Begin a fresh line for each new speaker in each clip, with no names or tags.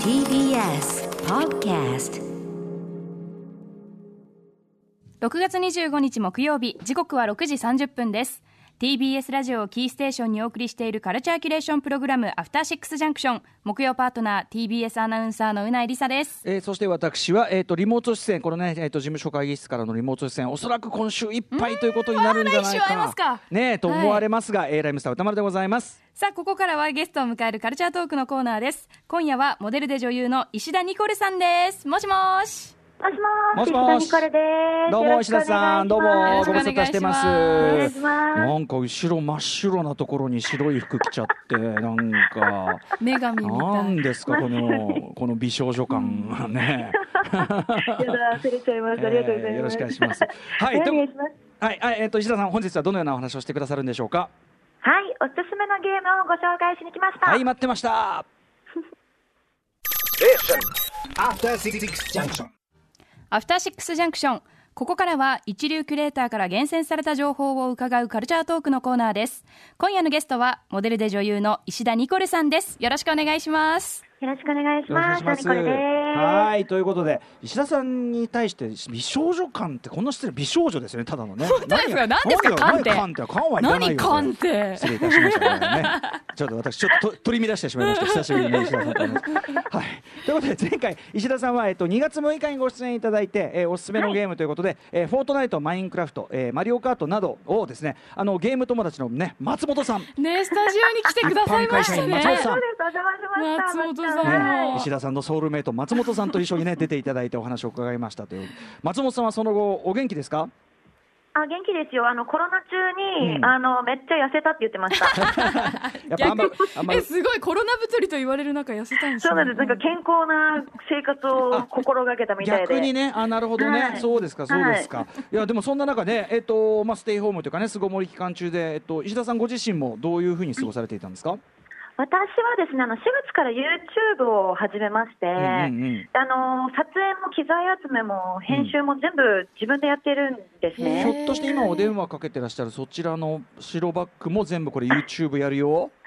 TBS Podcast
6月25日木曜日時刻は6時30分です TBS ラジオをキーステーションにお送りしているカルチャーキュレーションプログラムアフターシックスジャンクション木曜パートナー TBS アナウンサーのうないりさです
えーそして私は、えー、とリモート出演このね、えー、と事務所会議室からのリモート出演おそらく今週いっぱいということになるんじ
わ
ゃ
あ
な
来
い
週会
か
えますか
ねえと
はい
思われますが、えーライムスター歌丸でございます
さあここからはゲストを迎えるカルチャートークのコーナーです今夜はモデルで女優の石田ニコルさんですもしもし
もしも
も
ー
しもーし
し、石田ニコルです。
どうも石田さんどうも
よろしく
ご
お願
無
い
沙汰してま
します
お願い
す
します
なんか後ろ真っ白なところに白い服着ちゃってなんか
女神み
な
たい
んですかこのこの美少女感がね、
やだ、忘れちゃいます。ありがとうご
えー
ざいます。
よろしくお願いしますはい
お
で
願
も
いします。
はい、はいえー、と石田さん本日はどのようなお話をしてくださるんでしょうか
はい、おすすめのゲームをご紹介しに来ました。
はい待ってました。
After Six Junction.
アフターシックスジャンクションここからは一流キュレーターから厳選された情報を伺うカルチャートークのコーナーです今夜のゲストはモデルで女優の石田ニコルさんですよろしくお願いします
よろしくお願いし
よろ
ます。
しくお願いし
石田ニコルです。
はーいということで石田さんに対して美少女感ってこんな失礼美少女ですよねただ のね。本
当ですよ何ですか感って
感って感はいらないよ。
何感って
失礼いたしましたね。ねちょっと私ちょっとと取り乱してしまいました久しぶりにね石田さんと話す。はいということで前回石田さんはえっと2月6日にご出演いただいて、えーおすすめのゲームということで、えーフォートナイトマインクラフト、えーマリオカートなどをですねあのゲーム友達のね松本さん。
ねスタジオに来てくださいました
一般会社員
ね
の松本さん
そうです、お邪魔しました。
松本さん
はい
も
ね、石田さんのソウルメイト松本さんと一緒にね出ていただいてお話を伺いましたという松本さんはその後お元気ですか
あ、元気ですよ。あの、コロナ中に、
うん
あの、めっちゃ痩せたって言って まし
やっ
た。
ぱあんまりあんまり
すごいコロナ太りと言われる中痩せたんで
そうなんです。なんか健康な生活を心が けたみたいで。
逆にねあなるほどね、
はい
そうですかそうですか、い、やでもそんな中で、えっとまあ、ステイホームというかね巣ごもり期間中で、えっと、石田さんご自身もどういうふうに過ごされていたんですか、
私はですね、あの、4月から YouTube を始めまして、
うんうんうん
あの撮影も機材集めも編集も全部自分でやってるんです
へ
ね。
ひょっとして今お電話かけてらっしゃるそちらの白バッグも全部これ YouTube やるよ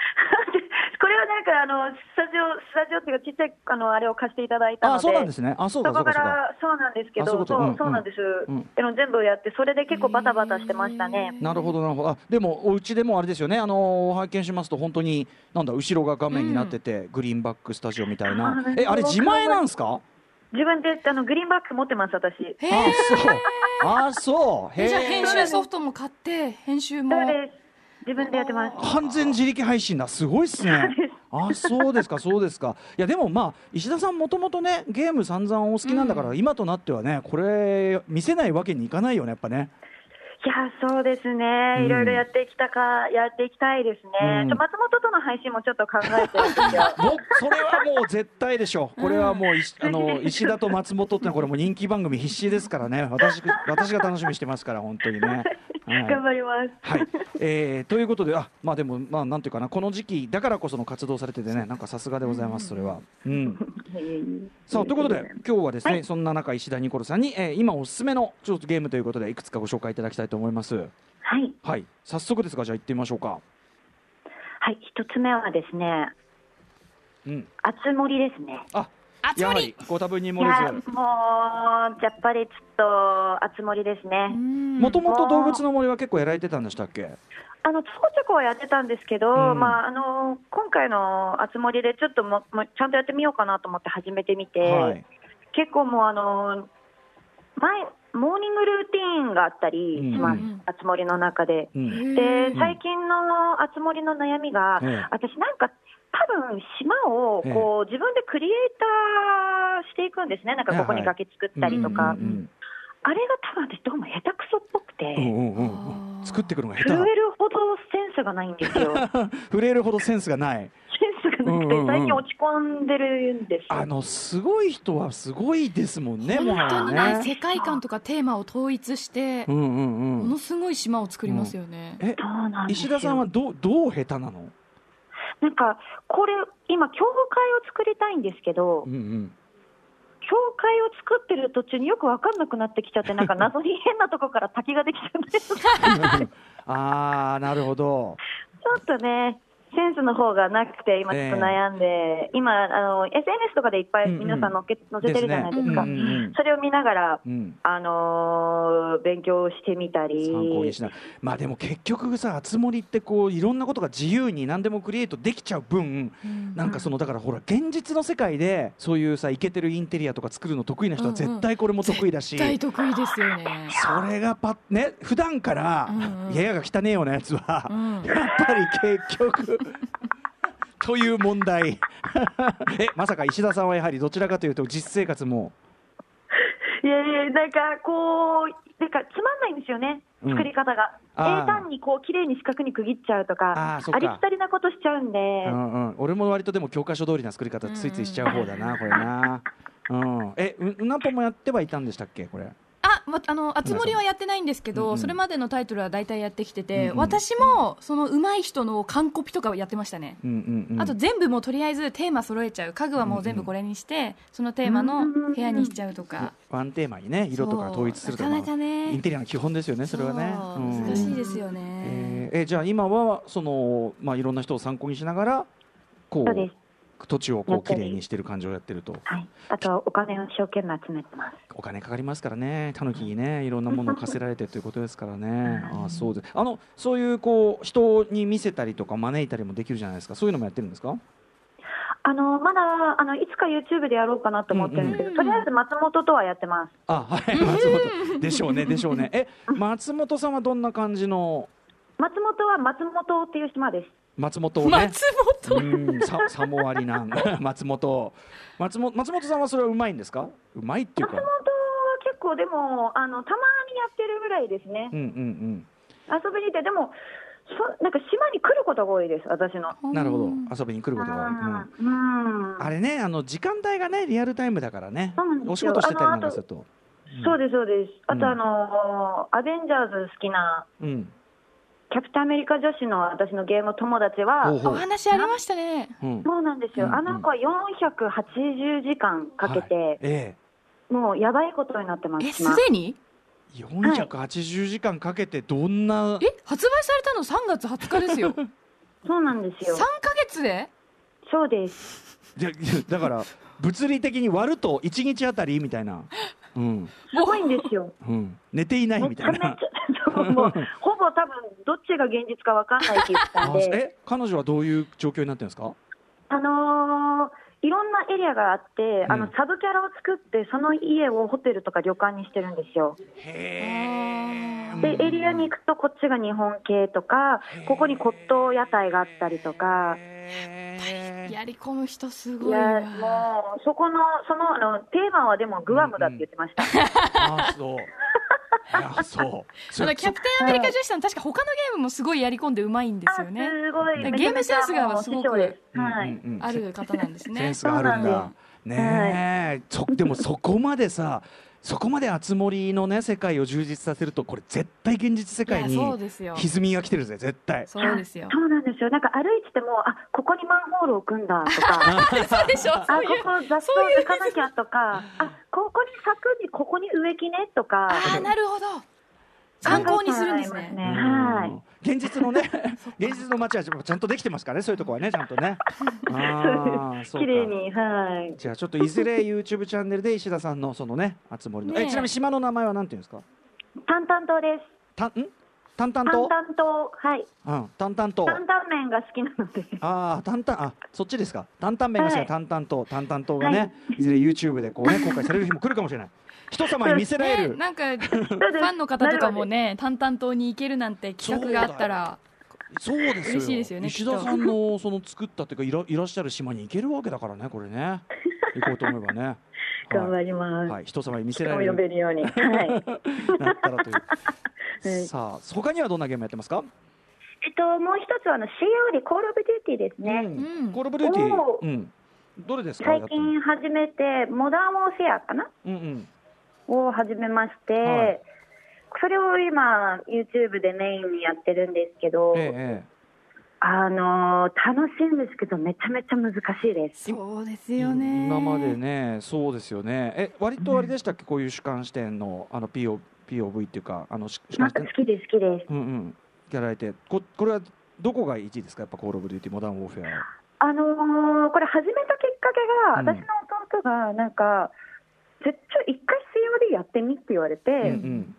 これはなんかあのスタジオスタジオっていうかちっちゃいあのあれを貸していただいたので、
あそうなんですねあそう
そ
かそう
こ
か
か
そうから
そうなんですけ
あ
ど、
そういう
そ
こと
う
うんうん
そうなんです。
うん
でも全部やってそれで結構バタバタしてましたね。
なるほどなるほどあでもお家でもあれですよねあのー拝見しますと本当になんだ後ろが画面になってて、グリーンバックスタジオみたいな
あー
えあれ自前なんですか
自分であのグリーンバッグ持ってます私。そうで
あーそうあーそうへ
じゃあ編
え
集ソフトも買って編集も
す。自分でやってます。
完全自力配信だすごいっすねあそうですかそうですかいやでもまあ石田さんもともとねゲーム散々お好きなんだから、今となってはねこれ見せないわけにいかないよねやっぱね
いやそうですね。いろいろやってきたか、やっていきたいですね。
うん
ちょ松本との配信もちょっと考えてるんです よ。
もうそれはもう絶対でしょう、これはもう石あの石田と松本ってのはこれもう人気番組必至ですからね、 私私が楽しみにしてますから、本当にね。はい
頑張ります。
はいえーということで、あまあでも、まあ、なんていうかな、この時期だからこその活動されててね、なんかさすがでございます、それは。うん、さあということで、今日はですね、そんな中、石田ニコルさんに、えー今おすすめのちょっとゲームということで、いくつかご紹介いただきたいと思います。
はい。
はい、早速ですが、じゃあ行ってみましょうか。
はい、一つ目はですね、
うん、
あつ森ですね。
あ
あつ
やは
森
りご多分に
い
漏
や、
れず。
もう、やっぱりちょっと、あつ森ですね。
もともと動物の森は結構やられてたんでしたっけ
あの、ちょこちょこはやってたんですけど、
うん
まあ、あの、今回のあつ森でちょっとも、もうちゃんとやってみようかなと思って始めてみて、
はい、
結構もう、あの、前、モーニングルーティーンがあったりしま
う
す
ん、
あつ森の中で。
うん、
で最近のあつ森の悩みが、
ええ
私なんか多分島をこう、自分でクリエイターしていくんですねなんかここに
はいはい
崖作ったりとか、
うんうん
あれが多分私どうも下手くそっぽくて、
うんうんうんうん作ってくるのが
震え
下
るほどセンスがないんで すよセン
手震えるほどセンスがない
スがなく
うんうんう
て
ん
最近落ち込んでるんですよ、
あのすごい人はすごいですもんねも
本当
は
にね
ね
世界観とかテーマを統一して
う
も
んうんうん
のすごい島を作りますよね
え
そうなんです
石
よ
田さんはどうどう下手なの
なんかこれ今教会を作りたいんですけど、
う んうん
教会を作ってる途中によく分かんなくなってきちゃってなんか謎に変なとこから滝ができちゃって
ああなるほど
ちょっとね、センスの方がなくて、今ちょっと悩んで、今あの、SNS とかでいっぱい皆さん載っけ、載せてるじゃないですか。
ですねうんうんうん
それを見ながら、
うん
あのー勉強してみたり。
参考にしないまあでも結局さ熱盛ってこういろんなことが自由に何でもクリエイトできちゃう分、なんかそのだからほら現実の世界でそういうさイケてるインテリアとか作るの得意な人は絶対これも得意だし、
絶対得意ですよね。
それがパッね普段から
うんうん
部屋が汚えようなやつは、
うん
やっぱり結局という問題 えまさか石田さんはやはりどちらかというと実生活も
いやいや、なんかこう、なんかつまんないんですよね、
うん
作り方が。
あー
英単にこう綺麗に四角に区切っちゃうとか、
あーそっか
ありきたりなことしちゃうんで、
うんうん、俺も割とでも教科書通りな作り方ついついしちゃう方だな、これな。うん、え、うナポもやってはいたんでしたっけ、これ。
あ、ま、あの、あつ森はやってないんですけど、
うんうん
それまでのタイトルは大体やってきてて、
うんうん
私も、その上手い人の完コピとかをやってましたね。
うんうんうん。
あと全部もうとりあえずテーマ揃えちゃう。家具はもう全部これにして、そのテーマの部屋にしちゃうとか。
ワンテーマにね、色とか統一するとか。
そうなかなかね
インテリアの基本ですよね、それはね。
そう
うん
難しいですよね。
えーえじゃあ、今は、その、まあ、いろんな人を参考にしながら。こ
そうで
う、土地をこ
や
う、
った
綺
り
麗にしてる感じをやってると。
はい、あとお金を一生懸命集めてます。
お金かかりますからね、たぬきに ね、いろんなものを課せられてということですからね。あー、そうで、あの、そういうこう、人に見せたりとか、招いたりもできるじゃないですか。そういうのもやってるんですか。
あのまだあのいつか YouTube でやろうかなと思ってるんですけど、
うん
とりあえず松本とはやってます。
あ、はい、松本。でしょうね、でしょう ね。え、松本さんはどんな感じの。
松本は松本っていう島です。
松本をね。
松
う
本、
ん、さ、さもありなん 松本。松本、松本さんはそれはうまいんですか。うまいっていうか。
松本は結構でもあのたまにやってるぐらいですね
う。ん、うん、
遊びに行ってでもそなんか島に来ることが多いです私の。
うん。なるほど、遊びに来ることが多い。うん
あーうん
あれね、あの時間帯がね、リアルタイムだからね
そうなんで。すよ
お仕事してたりなんかすると。
そうですそうです。あ
う
と
ん
あのーアベンジャーズ好きな
うん。
キャプテンアメリカ女子の私のゲーム友達
ほう
は。
ほ
お
う。
話ありましたね。
うん。
そうなんですよ、
うんうん
あの子は480時間かけて、
はいえ
もうやばいことになってます。
え、す
今
でに
え、480時間かけてどんな、
え、発売されたの3月20日ですよ。3
そうなんですよ。
ヶ月で
そうです。
いやいやだから物理的に割ると1日あたりみたいな、うん
すごいんですよ。
うん、寝ていない
め
み
ち
た
ゃ
い
めちゃ
な。、
そうもうほぼ多分どっちが現実かわかんないって言ってたん
あ
で、
え彼女はどういう状況になってるんですか
あのーいろんなエリアがあって、あの
うん
サブキャラを作って、その家をホテルとか旅館にしてるんですよ。
へ
で、エリアに行くと、こっちが日本系とか、ここに骨董屋台があったりとか、
やり込む人す
い
ごい
や、
わ。
もう、そこの、その、あの、テーマはでもグアムだって言って ました。
あそうあそう
そのキャプテンアメリカ女子さん、確か他のゲームもすごいやり込んでうまいんですよね
あ。すごい
だから
めちゃめち
ゲームセ
ゃ
ンスがすごく
もう師匠です
うんうん
はい、
うん
ある方なんです
セ
ね
ン。スがあるん
そう
だ
な。
ねえ、そ でもそこまでさ、そこまで熱盛のね世界を充実させるとこれ絶対現実世界
い
に
やそうですよ
歪みが来てるぜ絶対。
そうですよ。
そうなんですよ。なんか歩いてても、あ、ここにマンホール置くんだ とか、
そうでしょ
あ、
そ
こ
ういう。
こ雑草抜かなきゃとか、あ、ここに柵に、ここに植木ねとか、
ああ、なるほど。参考にするんですね。
は
うん現実のね、現実の街はちゃんとできてますからね、そういうとこはね、ちゃんとね。あー
い。
そう
綺
か
麗に、はい。
じゃあちょっといずれ YouTube チャンネルで石田さんのそのね、あつ森の。
ねえ
え、ちなみに島の名前はなんていうんですか。
淡々とです。
たん、淡
淡
々と。
々と、はい。
うん、淡々と。
担々麺が好きなので。
ああ、淡々、あ、そっちですか。淡々麺が好き
は
な、
い
淡々と、淡々とが
は
ね、いずれ YouTube でこうね、公開される日も来るかもしれない。人様に見せられ
ね、
る。
なん か、ファンの方とか も ね、淡々とに行けるなんて企画があったら、
そうですよ。
嬉しいですよね
石田さんのその作ったというか、いら、いらっしゃる島に行けるわけだからね、これね。行こうと思えばね。はい
頑張ります。
はい、人様に見せ
しからも
れ
呼
る
べるよう に。はい。
なったらと
は
いう。
い
さあ、他にはどんなゲームやってますか。
えっと、もう一つは、あの、COD、コールオブデューティーですね。
う
うん
ん、コールブルーティー
お。ー
うん。どれですか。
最近始めて、モダンウォーフェアかな
うんうん。
を始めまして、
はい
それを今、YouTube でメインにやってるんですけど、
えええ
あのー楽しいんですけど、めちゃめちゃ難しいです。
そうです
え。
よね。
今までね、そうですよね。え、割とあれでしたっけ、こういう主観視点の、あの P. O. P. O. V. っていうか、あのし主
ま
観
あ
視
好
点。
きです、好きです。
うんうん。やられて、こ、これはどこが1位ですか、やっぱコール・オブ・デューティー、モダン・ウォーフェアは。
あのーこれ始めたきっかけが、
うん
私の弟がなんか絶対一回 COD やってみって言われて、
うんうん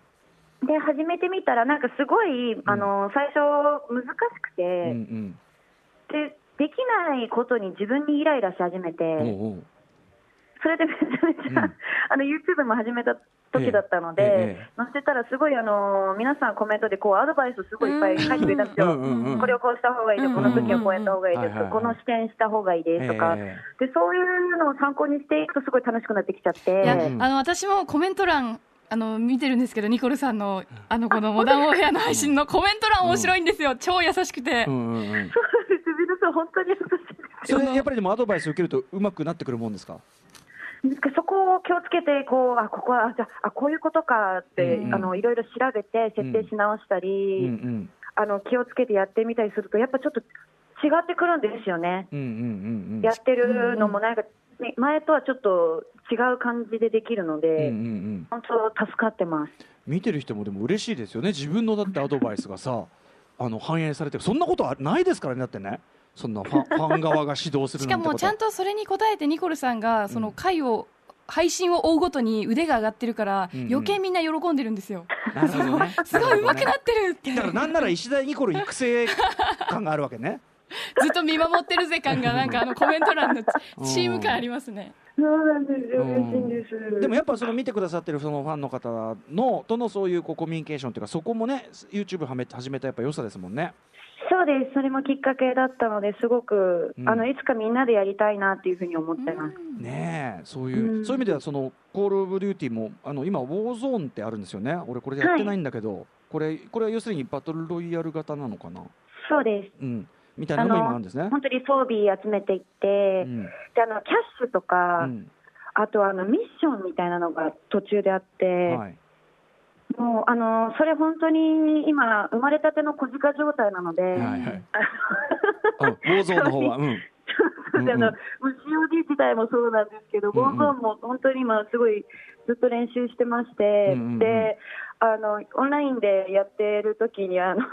で始めてみたらなんかすごい、あのー最初難しくて、
うんうん
でできないことに自分にイライラし始めて、
おうおう
それでめちゃめちゃ、
うん
あの YouTube も始めた時だったの
え
で
ええ、
載せたらすごい、あのー皆さんコメントでこうアドバイスをすごいいっぱい書いてくれたんです
う
よ。
んうんうん
これをこうした方がいいです、この時はこうやった方がいいで
うん
す
うんうん、
この視点した方がいいですとか、
ええ
でそういうのを参考にしていくと、すごい楽しくなってきちゃって、
い や、
うん
あの私もコメント欄あの見てるんですけどニコルさんのあのこのモダンウォーフェアの配信のコメント欄面白いんですよ、超優しくて、
うんうんうん
皆さん、本当に優しい
それやっぱりでもアドバイス受けるとうまくなってくるもんですか。
なんかそこを気をつけてこうあ、ここはあじゃああこういうことかって、
うんうん
あのいろいろ調べて、設定し直した
う
り、
ん
あの、気をつけてやってみたりすると、やっぱちょっと違ってくるんですよね。
うんうんうんうんうん
やってるのもなんか、ね前とはちょっと違う感じでできるの
うんう
で、
ん
本当、助かってます。
うん。見てる人もでも嬉しいですよね。自分のだってアドバイスがさ、あの反映されてるそんなことはないですからねだってね。そんなファ ンファン側が指導する
し
な
か
んてこと。
もちゃんとそれに応えてニコルさんがその回を、配信を追うごとに腕が上がってるから、
うんうん
余計みんな喜んでるんですよ。
なるほどね
すごい上手くなってるって。
だからなんなら石田ニコル育成感があるわ けね。
ずっと見守ってるぜ感がなんかあのコメント欄の
うん
チーム感ありますね。
そうなんです。
よ嬉しいんですでもやっぱその見てくださってるそのファンの方のとのそういうこうコミュニケーションというかそこもね YouTube はめ始めたやっぱ良さですもんね。
そうです。それもきっかけだったので、すごく、
うん
あの、いつかみんなでやりたいなっていうふうに思ってます。
ねえそういう、
うん
そういう意味ではそのコール・オブ・デューティーもあの今ウォーゾーンってあるんですよね俺これやってないんだけど、これこれは要するにバトルロイヤル型なのかな
そうで
うんみたいなのも
あの
今あるんですね
す。本当に装備集めていって、
うん
であの、キャッシュとか、あとあの、ミッションみたいなのが途中であって、
うんはい
もうあのそれ本当に今、生まれたての小鹿状態なの で、
はいはいあウォーゾーンの方はうんうんうん
あのもう COD 自体もそうなんですけど、
うんうん
ゴーゾーンも本当に今、すごいずっと練習してまして、
うんうんうん
であのオンラインでやってる時にあの中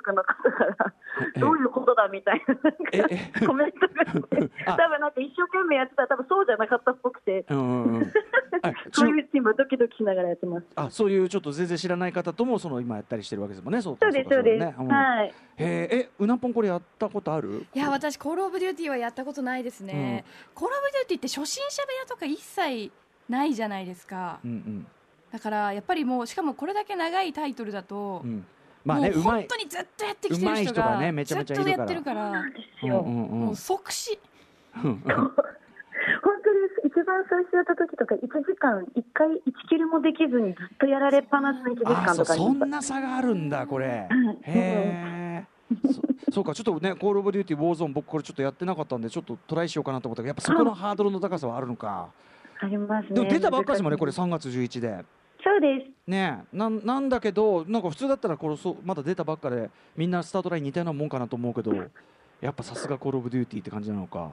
国の方から、
え
どういうことだみたいな
え
なんか
え
コメントが来て、
あ
多分なんか一生懸命やってたら、多分そうじゃなかったっぽくて、
うんうんうんあち
そういうチーム、ドキドキしながらやってます。
あそういうちょっと全然知らない方ともその今やったりしてるわけですもんねそうか
そうです、
か
そうです。
ねん
はい
へええうなぽんこれやったことある
いや私コールオブデューティーはやったことないですね。コールオブデューティーって初心者部屋とか一切ないじゃないですか
う。ん
だからやっぱりもうしかもこれだけ長いタイトルだと
うんう。んまあね
も
う
う
ま
本
い
当にずっとやってきて
う
る
まい
人
人が
が
ねめ
ず
ちゃめ
っ
ちゃ
と
いる
や
から
ってるから
そう
うんうんうん
もう即死
うんうん
本当に一番最初やった時とか1時間1回1キルもできずにずっとやられっぱなしの1時
あ
間
そう
とかに
そんな差があるんだこれへえそそう かちょっとねコール・オブ・デューティー・ウォーゾーン僕これちょっとやってなかったんでちょっとトライしようかなと思ったけどやっぱそこのハードルの高さはあるのか、
ありますね
でも出たばっかりですもんねこれ
そう
3月11で
です
ねえなんなんだけどなんか普通だったらこれそうまだ出たばっかでみんなスタートライン似たようなもんかなと思うけどやっぱさすがコール・オブ・デューティーって感じなのか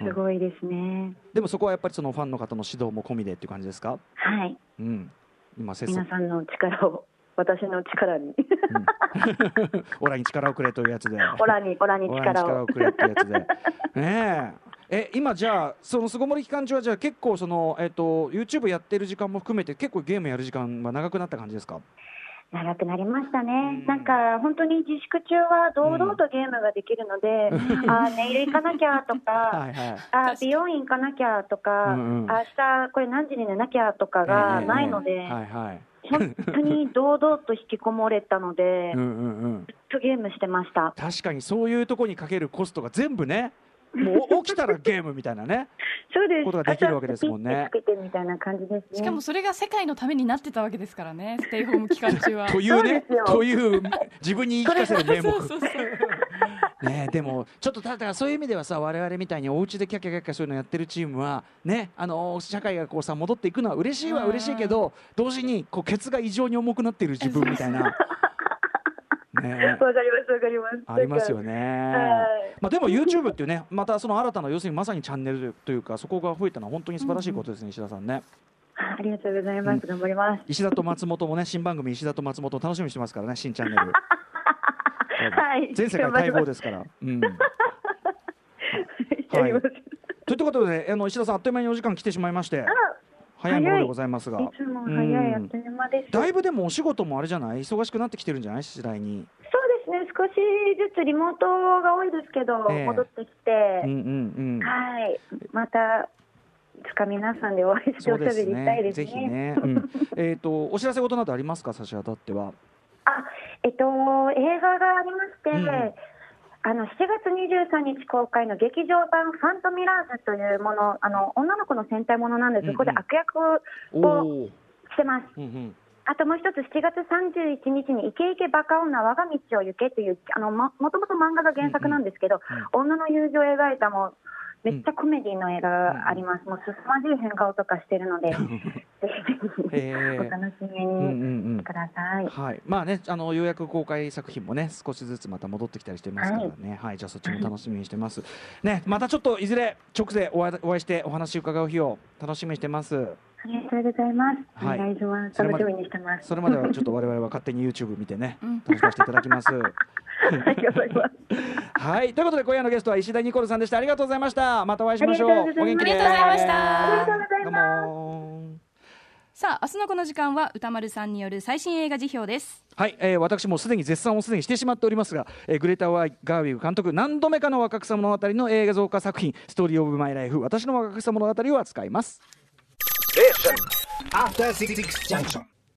うんすごいですね、
でもそこはやっぱりそのファンの方の指導も込みでっていう感じですか
はい
うん今切磋
皆さんの力を私の 力に
オラに力をくれというやつで
オラにオラに
俺らに
力
力
を
をくれってやつで。ねえ。え今じゃあその巣ごもり期間中はじゃあ結構そのえっ、と YouTube やってる時間も含めて結構ゲームやる時間が長くなった感じですか。
長くなりましたね、
ん
なんか本当に自粛中は堂々とゲームができるので、あーネイル行かなきゃとか
はいはい。
あー美容院行かなきゃとか、
うんうん
明日これ何時に寝なきゃとかがないので、
ええええはいはい。
本当に堂々と引きこもれたので
う、んうんうん。
ずっとゲームしてました。
確かにそういうとこにかけるコストが全部ね。もう起きたらゲームみたいなね。
そうです。
ことができるわけですもんね
朝ピッてつけてみたいな感じですね。
しかもそれが世界のためになってたわけですからねステイホーム期間中は
というね
そうですよ
という自分に言い聞かせる名目。
そうそうそう
ねえでもちょっとただそういう意味ではさ我々みたいにお家でキャッキャキャッキャそういうのやってるチームはねあの社会がこうさ戻っていくのは嬉しいは嬉しいけど同時にこうケツが異常に重くなっている自分みたい な。ねえ
わかりますわかります。
ありますよ
ね。
ね
はい、
まあ、でも YouTube っていうねまたその新たな要するにまさにチャンネルというかそこが増えたのは本当に素晴らしいことですね、石田さんね
ありがとうございます。頑張ります。
石田と松本もね新番組石田と松本を楽しみにしてますからね新チャンネル
はい
全世界待望ですから。うん、
やります
といったことで、あの石田さん、あっという間にお時間来てしまいまして、早いものでございますが、
いつも早いあっという間です。
だいぶでもお仕事もあれじゃない、忙しくなってきてるんじゃない、次第に。
そうですね、少しずつリモートが多いですけど、
ええ
戻ってきて、
うんうんうん、
はい、また、いつか皆さんでお会いして
そ
お
う
し
で
ゃべ
す
りしたい
ね、
です
ぜ
ね。
ひ ね、うん、えっと、お知らせ事などありますか、差し当たっては。
あえっと、映画がありまして、
うん
あの7月23日公開の劇場版「ファントミラーズ」というものあの女の子の戦隊ものなんです
うんうん
そこで悪役
お
を
お、
してます
うんうん、
あともう一つ7月31日に「イケイケバカ女我が道を行け」というあのももともと漫画が原作なんですけど、女の友情を描いたもうめっちゃコメディの映画があります、もう凄まじい変顔とかしてるのでぜひぜ
へ
ひ
え
お楽しみ
うんうん
に
うん
く。ださい。
はい、まあね、あのようやく公開作品もね、少しずつまた戻ってきたりしてますからね。はい、じゃあそっちも楽しみにしてます。ね、またちょっといずれ直でお会いお会いしてお話伺う日を楽しみにしてます。
ありがとうございます。
はい
お願いします。
それま
楽
で
しみにしてます。
それまではちょっと我々は勝手に YouTube 見てね、楽しませていただきます。
ありがとうございます。
はい、ということで今夜のゲストは石田ニコルさんでした。ありがとうございました。またお会いしましょう。
ありがとうございま
あ
す
りがとうございまし
ありがと
た
うござい
どう
ます。
も
さあ明日のこの時間は歌丸さんによる最新映画辞表です
はい、えー私もうすでに絶賛をすでにしてしまっておりますが、えーグレタ・ワーガーウィグ監督何度目かの若草物語の映像化作品「ストーリー・オブ・マイ・ライフ私の若草物語」を扱います。
After Six Junction.